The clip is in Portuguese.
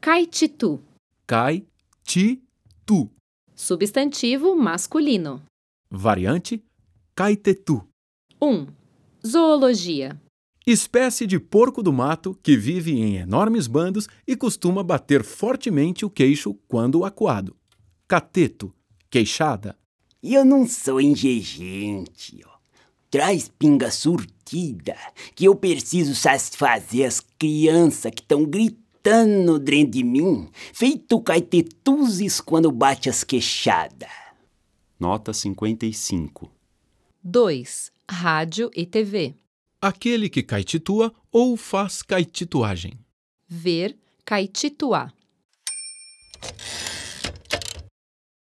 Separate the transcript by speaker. Speaker 1: Caititu,
Speaker 2: Cai, ti, tu.
Speaker 1: substantivo masculino.
Speaker 2: Variante: caetetu.
Speaker 1: 1. Zoologia.
Speaker 2: Espécie de porco do mato que vive em enormes bandos e costuma bater fortemente o queixo quando acuado. Cateto, queixada.
Speaker 3: E eu não sou indigente, ó. Traz pinga surtida, que eu preciso satisfazer as crianças que estão gritando dentro de mim, feito caetetuzes quando bate as queixadas.
Speaker 4: Nota 55.
Speaker 1: 2. Rádio e TV.
Speaker 2: Aquele que caetitua ou faz caetituagem.
Speaker 1: Ver Caetituá.